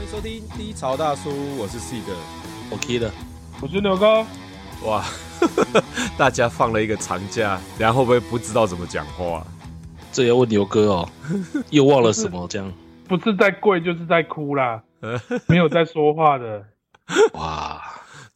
迎收听低潮大叔，我是 C 的。 OK 的，我是牛哥，哇， 大家放了一个长假，然后会不会不知道怎么讲话？这也要问牛哥 哦，又忘了什么这样？不是在跪就是在哭 啦，没有在说话的。哇，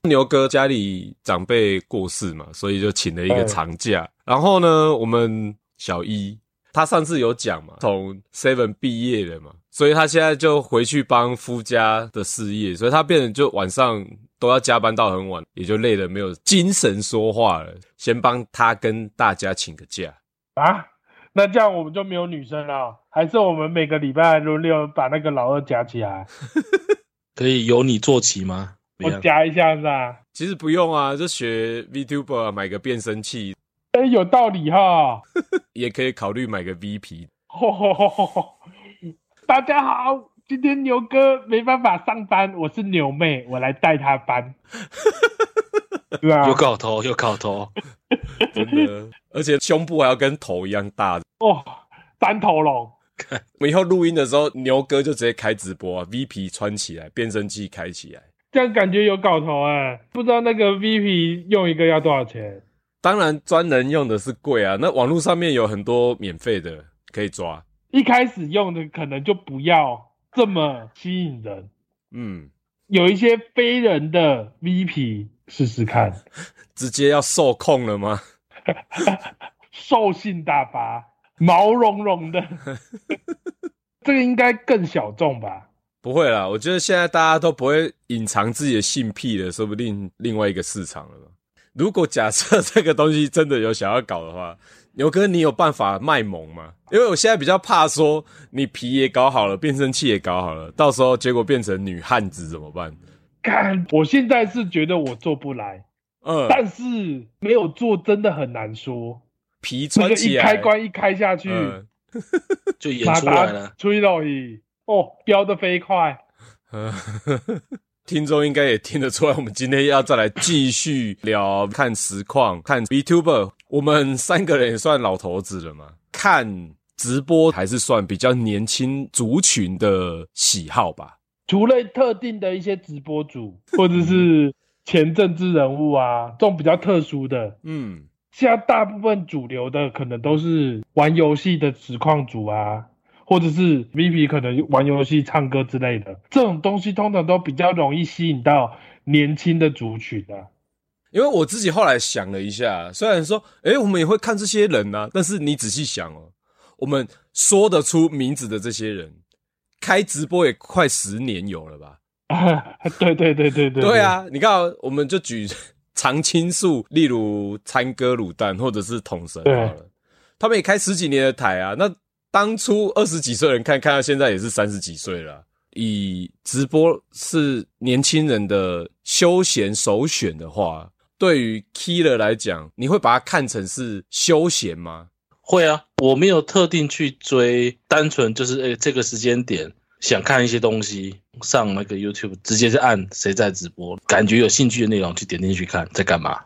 牛哥家里长辈过世嘛，所以就请了一个长假。然后呢，我们小一他上次有讲嘛，从 Seven 毕业了嘛，所以他现在就回去帮夫家的事业，所以他变成就晚上都要加班到很晚，也就累得没有精神说话了。先帮他跟大家请个假。啊，那这样我们就没有女生了，还是我们每个礼拜轮流把那个老二夹起来，可以由你做起吗？怎我么样？夹一下是吧？其实不用啊，就学 VTuber 啊、买个变声器，哎、有道理哈。 也可以考虑买个 V P。吼吼吼吼吼！大家好，今天牛哥没办法上班，我是牛妹，我来带他 班。对啊又，搞头，又搞头，真的，而且胸部还要跟头一样大。哦，三头龙，我以后录音的时候，牛哥就直接开直播啊，V P 穿起来，变声器开起来。这样感觉有搞头哎、不知道那个 V P 用一个要多少钱？当然，专人用的是贵啊，那网络上面有很多免费的可以抓。一开始用的可能就不要这么吸引人，嗯，有一些非人的 V P 试试看，直接要受控了吗？兽性大发，毛茸茸 的，这个应该更小众吧？不会啦，我觉得现在大家都不会隐藏自己的性癖了，说不定另外一个市场了吧。如果假设这个东西真的有想要搞的话，牛哥，你有办法卖萌吗？因为我现在比较怕说，你皮也搞好了，变声器也搞好了，到时候结果变成女汉子怎么办？干，我现在是觉得我做不来，呃嗯，但是没有做真的很难说。皮这穿个起一来，开关一开下去，嗯就啊呃演马出来达了。吹到你，哦，飙得飞快。嗯， 听众应该也听得出来，我们今天要再来继续聊看实况，看 VTuber。我们三个人也算老头子了嘛，看直播还是算比较年轻族群的喜好吧。除了特定的一些直播主或者是前政治人物啊，这种比较特殊的，嗯，现在大部分主流的可能都是玩游戏的实况组啊，或者是 VP 可能玩游戏、唱歌之类的，这种东西通常都比较容易吸引到年轻的族群啊。 因为我自己后来想了一下，虽然说，诶、我们也会看这些人呐、啊，但是你仔细想哦，我们说得出名字的这些人，开直播也快十年有了吧？对对对对对，对，啊，你看哦，我们就举 常青树，例如参哥卤蛋或者是统神好对了，他们也开十几年的台啊。那当初二十几岁的人看，看到现在也是三十几岁了啊、以直播是年轻人的休闲首选的话，对于 Killer 来讲，你会把它看成是休闲吗？会啊，我没有特定去追，单纯就是哎、这个时间点想看一些东西，上那个 YouTube 直接就按谁在直播，感觉有兴趣的内容去点进去看在干嘛，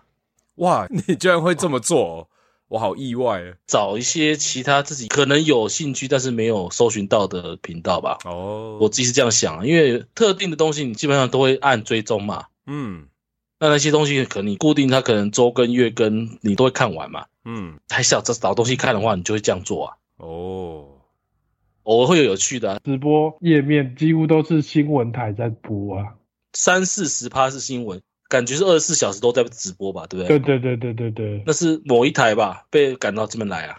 哇， 你居然会这么做、哦，我好意外啊找一些其他自己可能有兴趣但是没有搜寻到的频道吧。哦！我自己是这样想啊，因为特定的东西你基本上都会按追踪嘛，嗯那那些东西可能你固定它可能周更月更你都会看完嘛，嗯还想找找东西看的话，你就会这样做啊。哦，偶尔会有有趣的啊、直播页面几乎都是新闻台在播啊。三四十趴是新闻，感觉是二十四小时都在直播吧，对不对？对对对对对对，那是某一台吧，被赶到这边来啊。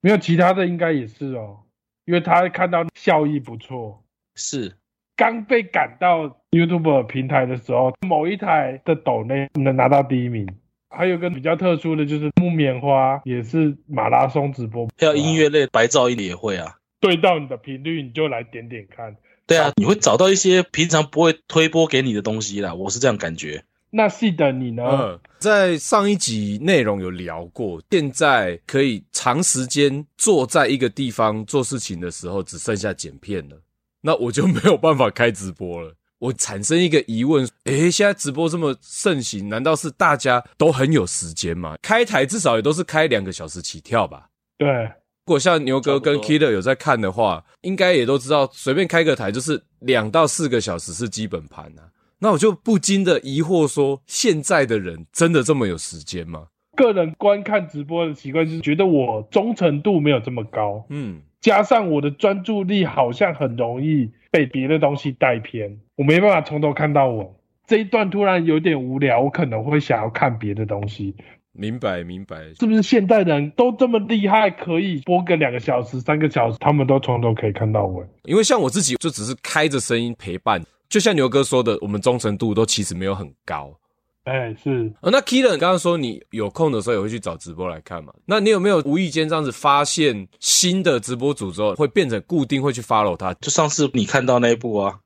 没有其他的应该也是哦，因为他看到效益不错。是刚被赶到 YouTube 平台的时候，某一台的抖内能拿到第一名。还有个比较特殊的就是木棉花，也是马拉松直播，还有音乐类白噪音的也会啊。对到你的频率，你就来点点看。对啊，你会找到一些平常不会推播给你的东西啦，我是这样感觉。那细的你呢？嗯，在上一集内容有聊过，现在可以长时间坐在一个地方做事情的时候，只剩下剪片了。那我就没有办法开直播了。我产生一个疑问：诶，现在直播这么盛行，难道是大家都很有时间吗？开台至少也都是开两个小时起跳吧？对，如果像牛哥跟差不多 Killer 有在看的话，应该也都知道，随便开个台就是两到四个小时是基本盘啊。那我就不禁的疑惑说，现在的人真的这么有时间吗？个人观看直播的习惯是觉得我忠诚度没有这么高，嗯，加上我的专注力好像很容易被别的东西带偏，我没办法从头看到尾。这一段突然有点无聊，我可能会想要看别的东西。明白明白。是不是现代人都这么厉害，可以播个两个小时、三个小时，他们都从头可以看到尾？因为像我自己就只是开着声音陪伴，就像牛哥说的，我们忠诚度都其实没有很高。哎，是呃，那 Killer 你刚刚说你有空的时候也会去找直播来看嘛？那你有没有无意间这样子发现新的直播主之后，会变成固定会去 follow 他？就上次你看到那一部啊，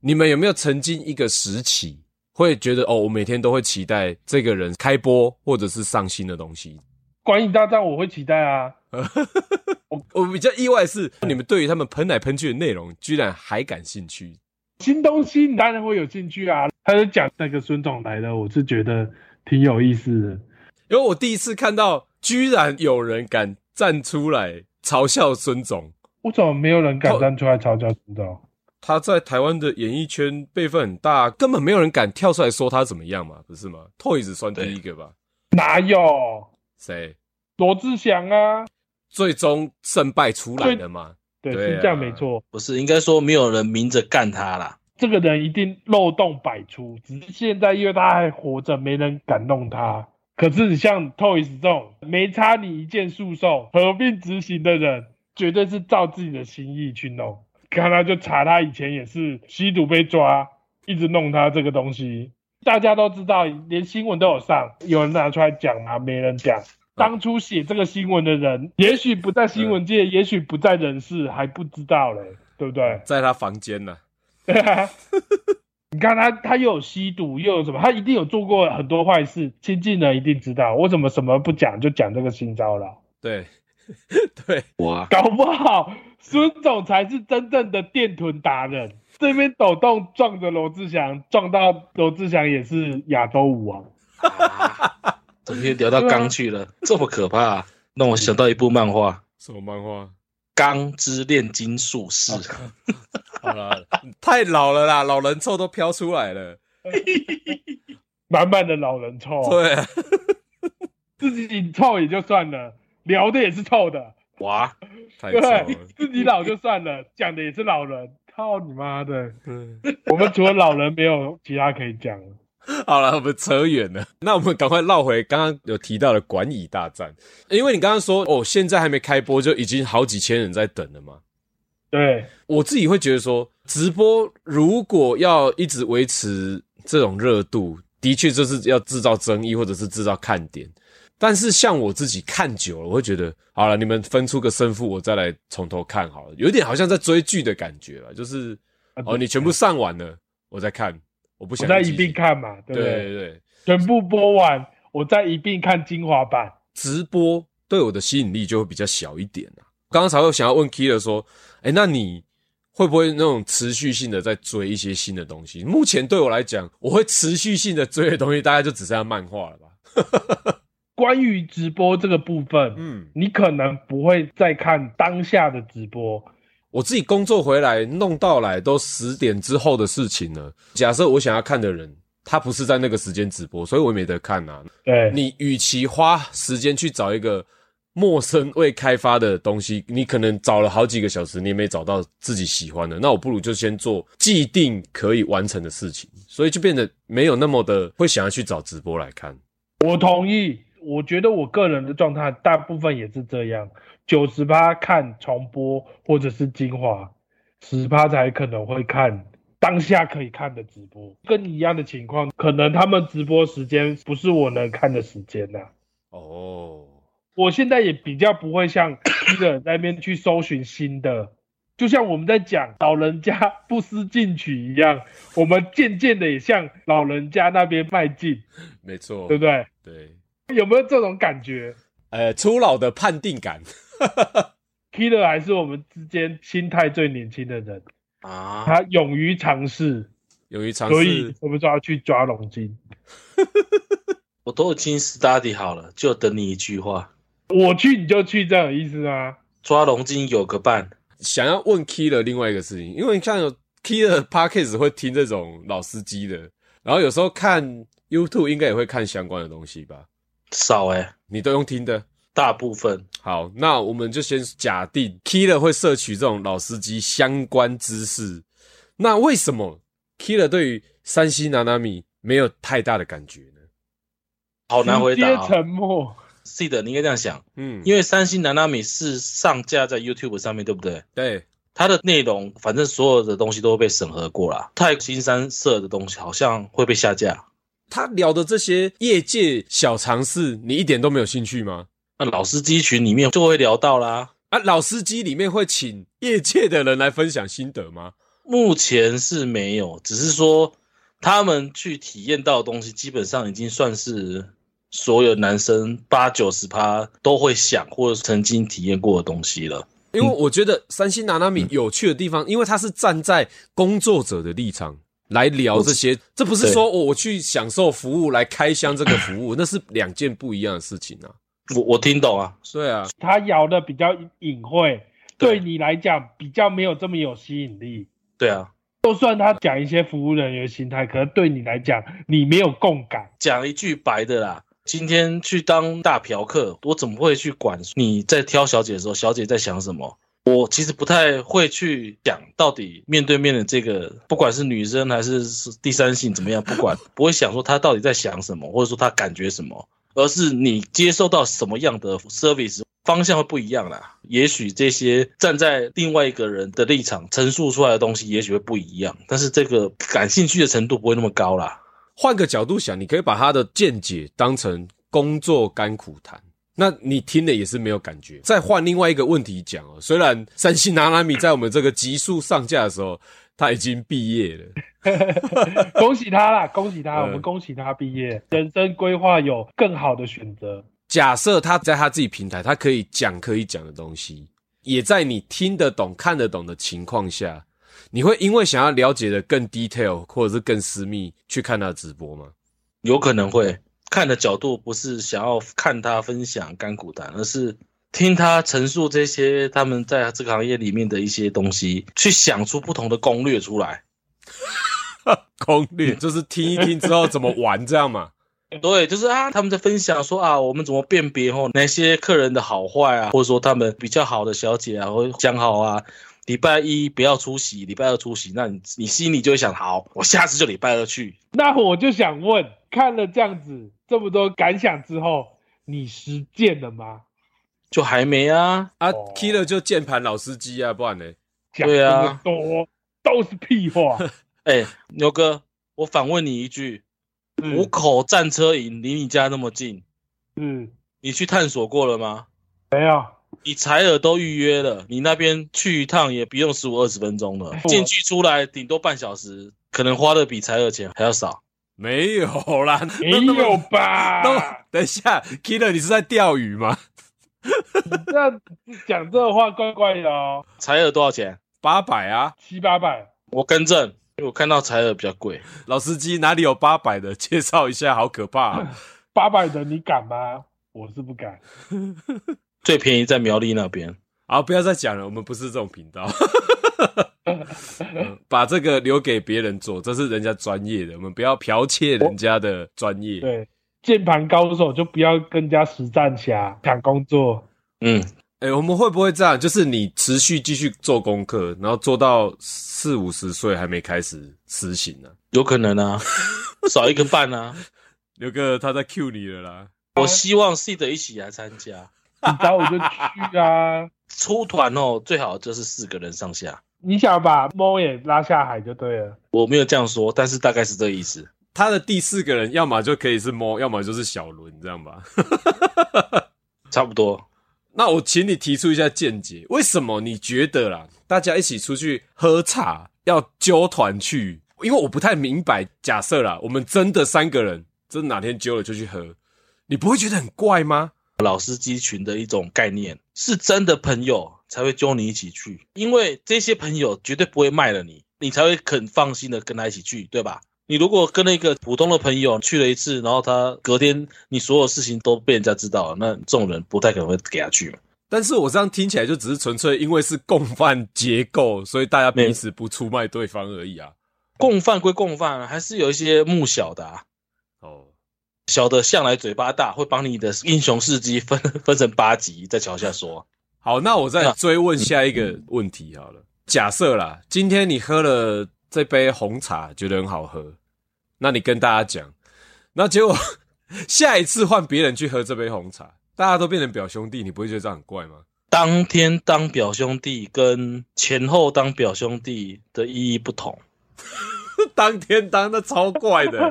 你们有没有曾经一个时期会觉得哦，我每天都会期待这个人开播或者是上新的东西？观影大战，我会期待啊。我比较意外是你们对于他们喷来喷去的内容居然还感兴趣。新东西你当然会有兴趣啊。他就讲那个孙总来了，我是觉得挺有意思的。因为我第一次看到，居然有人敢站出来嘲笑孙总。为什么没有人敢站出来嘲笑孙总？他在台湾的演艺圈辈分很大，根本没有人敢跳出来说他怎么样嘛，不是吗？Toys 算第一个吧？哪有谁罗志祥啊？最终胜败出来了嘛？对，对啊是这样没错。不是应该说没有人明着干他啦，这个人一定漏洞百出，只是现在因为他还活着，没人敢弄他。可是你像 Toys 这种没差你一件诉讼合并执行的人，绝对是照自己的心意去弄。看他就查他以前也是吸毒被抓，一直弄他这个东西，大家都知道，连新闻都有上，有人拿出来讲吗？没人讲。当初写这个新闻的人，也许不在新闻界，也许不在人世，还不知道嘞，对不对？在他房间呢、对啊，你看他，他又有吸毒，又有什么？他一定有做过很多坏事，亲近人一定知道。我怎么什么不讲，就讲这个性骚扰？对 对，我啊， 搞不好孙总才是真正的电臀达人。这边抖动撞着罗志祥，撞到罗志祥也是亚洲舞王。 怎么又聊到钢去了？ 这么可怕、啊，让我想到一部漫画《什么漫画？钢之炼金术士》， 好啦，太老了啦，老人臭都飘出来了。满满的老人臭，对、啊，自己臭也就算了，聊的也是臭的，哇，太对臭了，。自己老就算了，讲的也是老人，靠你妈的！嗯。我们除了老人没有其他可以讲了。 好了，我们扯远了，那我们赶快绕回刚刚有提到的管理大战，因为你刚刚说哦，现在还没开播就已经好几千人在等了嘛。对，我自己会觉得说，直播如果要一直维持这种热度，的确就是要制造争议或者是制造看点。但是像我自己看久了，我会觉得，好了，你们分出个胜负，我再来从头看好了，有点好像在追剧的感觉了，就是啊哦，对你全部上完了，我再看，我不我想再继一续并，看嘛，对对不对？对对。全部播完，我再一并看精华版。直播对我的吸引力就会比较小一点啊。刚刚才会想要问 Killer 说，哎、那你会不会那种持续性的在追一些新的东西？目前对我来讲，我会持续性的追的东西大概就只剩下漫画了吧。关于直播这个部分，嗯，你可能不会再看当下的直播，我自己工作回来弄到来都十点之后的事情了。假设我想要看的人，他不是在那个时间直播，所以我也没得看啊。对， 你与其花时间去找一个陌生未开发的东西，你可能找了好几个小时，你也没找到自己喜欢的，那我不如就先做既定可以完成的事情，所以就变得没有那么的会想要去找直播来看。我同意。我觉得我个人的状态大部分也是这样，九十趴看重播或者是精华，十趴才可能会看当下可以看的直播。跟你一样的情况，可能他们直播时间不是我能看的时间啊呐、哦，我现在也比较不 会像一人在那边去搜寻新的，就像我们在讲老人家不思进取一样，我们渐渐的也向老人家那边迈进，没错，对不对？对，有没有这种感觉呃，初老的判定感， ？Killer 还是我们之间心态最年轻的人，啊，他勇于尝试，勇于尝所以试。我们就要去抓龙筋。我都已经 study 好了，就等你一句话。我去你就去，这样有意思吗？啊抓龙筋有个伴。想要问 Key 的另外一个事情，因为你看 Key 的 Podcast 会听这种老司机的，然后有时候看 YouTube 应该也会看相关的东西吧？少哎、你都用听的？大部分好，那我们就先假定 Killer 会摄取这种老司机相关知识。那为什么 Killer 对于山西拿纳米没有太大的感觉呢？好难回答、直接哦。沉默。是的，你应该这样想，嗯，因为三星南纳米是上架在 YouTube 上面，对不对？对，它的内容，反正所有的东西都会被审核过啦。太新三社的东西好像会被下架。他聊的这些业界小常识，你一点都没有兴趣吗？那老司机群里面就会聊到啦。啊，老司机里面会请业界的人来分享心得吗？目前是没有，只是说他们去体验到的东西，基本上已经算是所有男生八九十趴都会想或者曾经体验过的东西了。因为我觉得山西拿纳米有趣的地方，因为他是站在工作者的立场来聊这些，这不是对说我我去享受服务来开箱这个服 务，那是两件不一样的事情啊。我我听懂啊，对啊，他摇的比较隐晦，对对你来讲比较没有这么有吸引力。对啊，就算他讲一些服务人员心态，可是对你来讲，你没有共感。讲一句白的啦。今天去当大嫖客，我怎么会去管你在挑小姐的时候，小姐在想什么？我其实不太会去想到底面对面的这个，不管是女生还是是第三性怎么样，不管不会想说她到底在想什么，或者说她感觉什么，而是你接受到什么样的 service 方向会不一样啦。也许这些站在另外一个人的立场陈述出来的东西，也许会不一样，但是这个感兴趣的程度不会那么高啦。换个角度想，你可以把他的见解当成工作甘苦谈，那你听了也是没有感觉。再换另外一个问题讲哦，虽然山西拿纳米在我们这个集数上架的时候，他已经毕业了，恭喜他啦，恭喜他，嗯我们恭喜他毕业，人生规划有更好的选择。假设他在他自己平台，他可以讲可以讲的东西，也在你听得懂、看得懂的情况下，你会因为想要了解的更 detail 或者是更私密去看他的直播吗？有可能会看的角度不是想要看他分享甘苦谈，而是听他陈述这些他们在这个行业里面的一些东西，去想出不同的攻略出来。攻嗯略就是听一听之后怎么玩这样嘛。对，就是啊，他们在分享说啊，我们怎么辨别哦哪些客人的好坏啊，或者说他们比较好的小姐啊，或者讲好啊，礼拜一不要出席，礼拜二出席，那你你心里就会想，好，我下次就礼拜二去。那我就想问，看了这样子这么多感想之后，你实践了吗？就还没啊，啊哦，Killer 就键盘老司机啊，不然呢？讲对这啊么多、都是屁话。哎，牛哥，我反问你一句，是五口战车营离你家那么近，是你去探索过了吗？没有，你采耳都预约了，你那边去一趟也不用十五二十分钟了，进去出来顶多半小时，可能花的比采耳钱还要少。没有 啦，没那那么有吧？那么等一下，Killer 你是在钓鱼吗？那讲这话怪怪的哦，采耳多少钱？八百啊，七八百。我更正，因为我看到采耳比较贵。老司机哪里有八百的？介绍一下，好可怕啊、八百的你敢吗？我是不敢。最便宜在苗栗那边，好，不要再讲了，我们不是这种频道、嗯把这个留给别人做，这是人家专业的，我们不要剽窃人家的专业。对，键盘高手就不要跟人家实战侠抢工作。嗯，哎、我们会不会这样？就是你持续继续做功课，然后做到四五十岁还没开始实行呢、有可能啊，少一个半啊。刘哥他在 Q 你了啦，我希望 C 的一起来参加，你找我就去啊！出团哦，最好就是四个人上下。你想把猫也拉下海就对了。我没有这样说，但是大概是这个意思。他的第四个人要么就可以是猫，要么就是小伦，这样吧。差不多。那我请你提出一下见解，为什么你觉得啦？大家一起出去喝茶要揪团去？因为我不太明白。假设啦，我们真的三个人，真的哪天揪了就去喝，你不会觉得很怪吗？老司机群的一种概念，是真的朋友才会揪你一起去，因为这些朋友绝对不会卖了你，你才会肯放心的跟他一起去，对吧？你如果跟了一个普通的朋友去了一次，然后他隔天你所有事情都被人家知道了，那这种人不太可能会给他去嘛。但是我这样听起来就只是纯粹因为是共犯结构，所以大家彼此不出卖对方而已啊。共犯归共犯啊，还是有一些木小的啊。哦，小的向来嘴巴大，会帮你的英雄事迹分分成八集，在桥下说。好，那我再追问下一个问题好了。假设啦，今天你喝了这杯红茶，觉得很好喝，那你跟大家讲，那结果 下一次换别人去喝这杯红茶，大家都变成表兄弟，你不会觉得这样很怪吗？ 当天当表兄弟跟前后当表兄弟的意义不同，当天当那超怪的，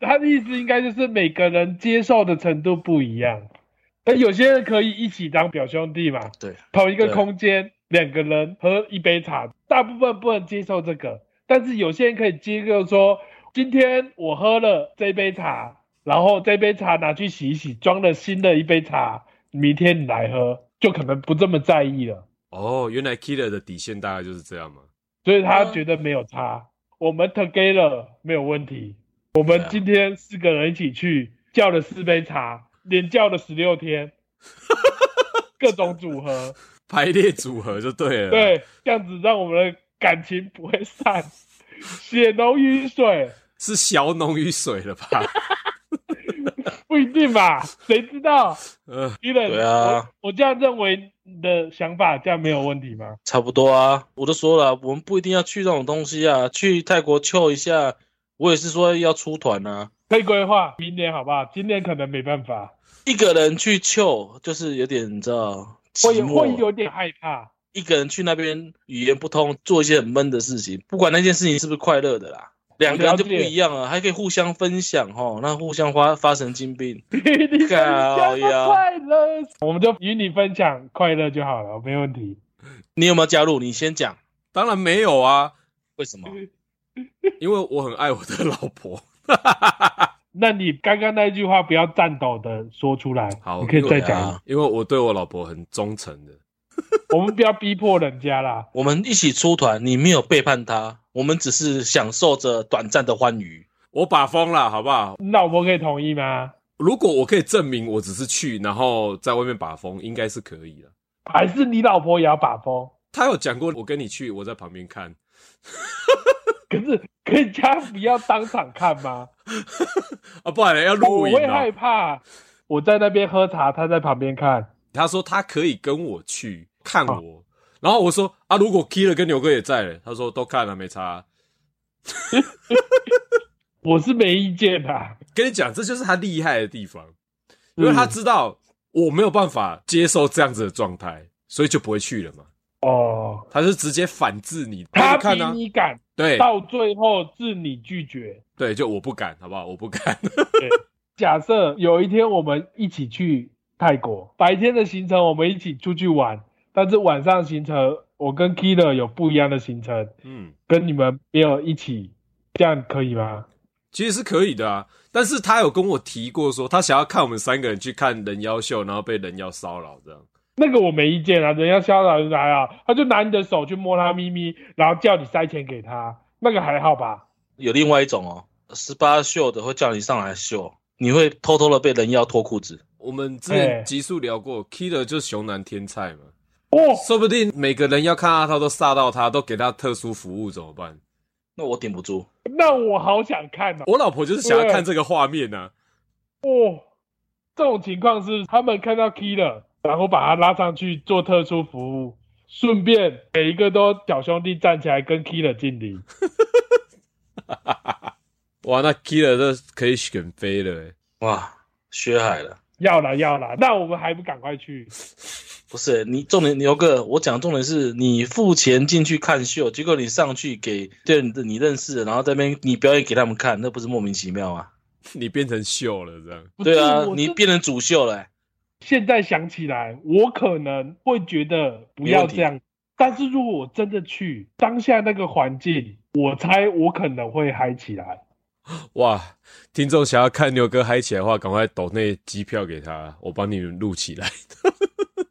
他的意思应该就是每个人接受的程度不一样。那有些人可以一起当表兄弟嘛，对，同一个对空间，两个人喝一杯茶，大部分不能接受这个，但是有些人可以接受说，今天我喝了这杯茶，然后这杯茶拿去洗一洗，装了新的一杯茶，明天你来喝，就可能不这么在意了，哦，原来 Killer 的底线大概就是这样嘛。所以他觉得没有差，我们 together 没有问题，我对们啊今天四个人一起去叫了四杯茶，连叫了十六天，各种组合。排列组合就啊对了。，对，这样子让我们的感情不会散， 血浓于水，是小浓于水了吧？ 不一 定吧？谁知道？呃，一人，嗯对啊我，我这样认为你的想法，这样没有问题吗？差不多啊。我都说了，我们不一定要去那种东西啊，去泰国秀一下，我也是说要出团啊。可以规划明年好不好？今年可能没办法，一个人去秀就是有点你知道会寂有会寞，有点害怕。 一个人去那边语言不通，做一些很闷的事情，不管那件事情是不是快乐的啦。两个人就不一样啊了，还可以互相分享哦，那互相发发神经病，你分靠享腰快乐，我们就与你分享快乐就好了，没问题。你有没有加入？你先讲，当然没有啊，为什么？嗯因为我很爱我的老婆。那你刚刚那句话不要颤抖的说出来，好你可以再讲对一啊次。因为我对我老婆很忠诚的。我们不要逼迫人家啦。我们一起出团，你没有背叛他，我们只是享受着短暂的欢愉。我把风了，好不好？你老婆可以同意吗？如果我可以证明我只是去，然后在外面把风，应该是可以的。还是你老婆也要把风？他有讲过，我跟你去，我在旁边看。 可是人家不要当场看吗？啊，不然要哦我录影会啊害。怕。我在那边喝茶，他在旁边看。他说他可以跟我去看我，然后我说啊，如果 Killer 跟牛哥也在了，他说都看了没差啊、我是没意见的、啊，跟你讲，这就是他厉害的地方，因为他知道我没有办法接受这样子的状态，所以就不会去了嘛。哦，他是直接反制你，他就看比啊，你敢，对到最后是你拒绝。对，就我不敢，好不好？我不敢。 假设有一天我们一起去泰国，白天的行程我们一起出去玩，但是晚上行程我跟 Killer 有不一样的行程，嗯，跟你们没有一起，这样可以吗？其实是可以的啊，但是他有跟我提过说，他想要看我们三个人去看人妖秀，然后被人妖骚扰这样。那个我没意见啊，人家潇洒就来啊，他就拿你的手去摸他咪咪，然后叫你塞钱给他，那个还好吧？有另外一种哦，十八秀的会叫你上来秀，你会偷偷的被人妖脱裤子。我们之前哎集数聊过，Killer 就是熊男天菜嘛，哦，说不定每个人要看到他都杀到他，都给他特殊服务怎么办？那我顶不住，那我好想看哦。我老婆就是想要看这个画面啊。哦，这种情况是他们看到 Killer，然后把他拉上去做特殊服务，顺便每一个都小兄弟站起来跟 Killer 敬礼。哇，那 Killer 这可以选妃了、欸， 哇，血海了。要啦要啦，那我们还不赶快去？不是你重点，牛哥，我讲的重点是你付钱进去看秀，结果你上去给对你的你认识的，然后在那边你表演给他们看，那不是莫名其妙吗？你变成秀了这样。不是对啊，我你这变成主秀了欸、现在想起来，我可能会觉得不要这样，但是如果我真的去当下那个环境，我猜我可能会嗨起来。哇，听众想要看牛哥嗨起来的话，赶快抖那机票给他，我帮你们录起来。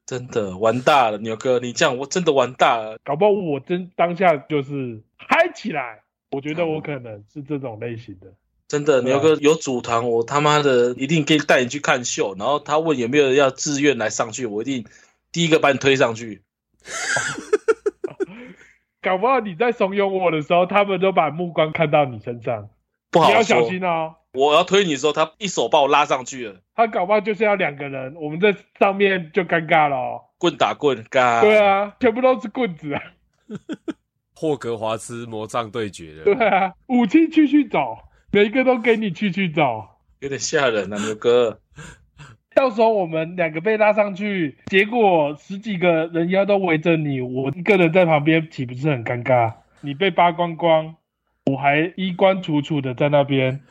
真的完大了，牛哥，你这样我真的完大了。搞不好我真当下就是嗨起来，我觉得我可能是这种类型的。真的，对啊牛哥有组团，我他妈的一定可以带你去看秀。然后他问有没有人要自愿来上去，我一定第一个把你推上去。搞不好你在怂恿我的时候，他们都把目光看到你身上，不好你要说小心哦。我要推你的时候，他一手把我拉上去了，他搞不好就是要两个人，我们在上面就尴尬了哦。棍打棍，干。对，啊，全部都是棍子啊。霍格华兹魔杖对决了。对啊，武器去去找，每一个都给你去去找。有点吓人啊，牛哥。到时候我们两个被拉上去，结果十几个人妖都围着你，我一个人在旁边，岂不是很尴尬？你被扒光光，我还衣冠楚楚的在那边，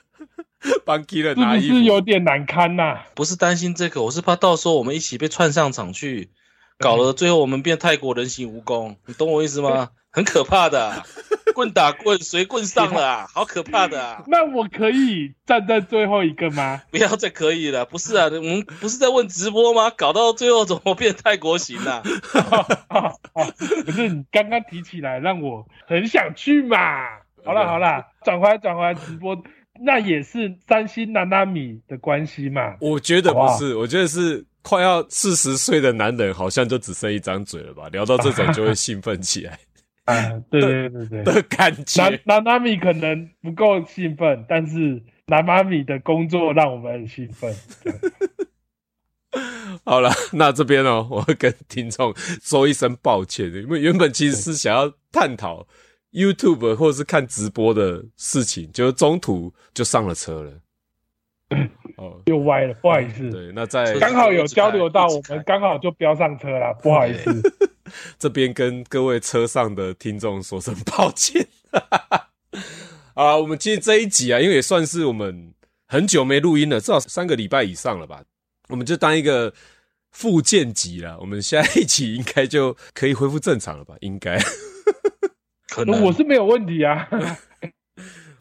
帮 Killer 是不拿衣服，是有点难堪呐、不是担心这个，我是怕到时候我们一起被串上场去，搞了最后我们变泰国人形蜈蚣，你懂我意思 吗？很可怕的啊、棍打棍，随棍上了啊、好可怕的、啊！那我可以站在最后一个吗？不要再可以了，不是 啊，我们不是在问直播吗？搞到最后怎么变泰国型啊？啊啊不是你刚刚提起来，让我很想去嘛。好啦好啦，转回来转回来直播，那也是三星娜娜米的关系嘛。我觉得不是，我觉得是快要四十岁的男人，好像就只剩一张嘴了吧？聊到这种就会兴奋起 来啊，对对对对对，的感娜觉。娜娜米可能不够兴奋，但是娜娜米的工作让我们很兴奋。好了，那这边哦，我要跟听众说一声抱歉，因为原本其实是想要探讨 YouTube 或者是看直播的事情，就是中途就上了车了。哦，又歪嗯了，不好意思，对，那在刚好有交流到，一直我看们刚好就飙上车了，不好意思。这边跟各位车上的听众说声抱歉。 啊，我们今天这一集啊，因为也算是我们很久没录音了，至少三个礼拜以上了吧，我们就当一个复健集了。我们下一集应该就可以恢复正常了吧？应该可能我是没有问题啊。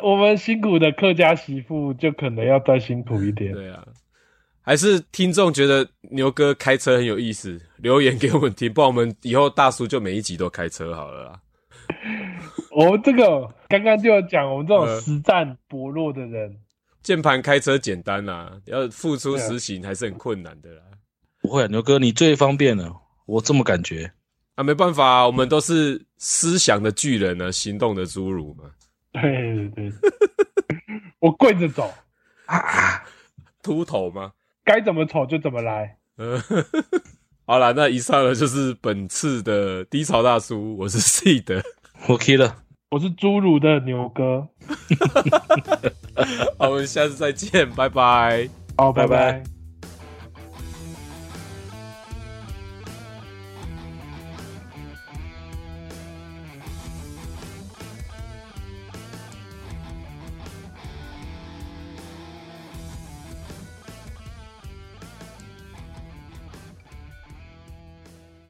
我们辛苦的客家媳妇就可能要再辛苦一点。对啊。还是听众觉得牛哥开车很有意思，留言给我们听，不然我们以后大叔就每一集都开车好了啦。我们这个刚刚就有讲，我们这种呃实战薄弱的人，键盘开车简单啦、要付出实行还是很困难的啦。不会、啊，牛哥你最方便了，我这么感觉。啊，没办法、我们都是思想的巨人呢，行动的侏儒嘛。对 对对，我跪着走，秃头吗？该怎么丑就怎么来。嗯， 好啦，那以上呢就是本次的低潮大叔，我是 C 的。我 k 了，我是侏儒的牛哥，好，我们下次再见，拜拜。好，拜拜拜拜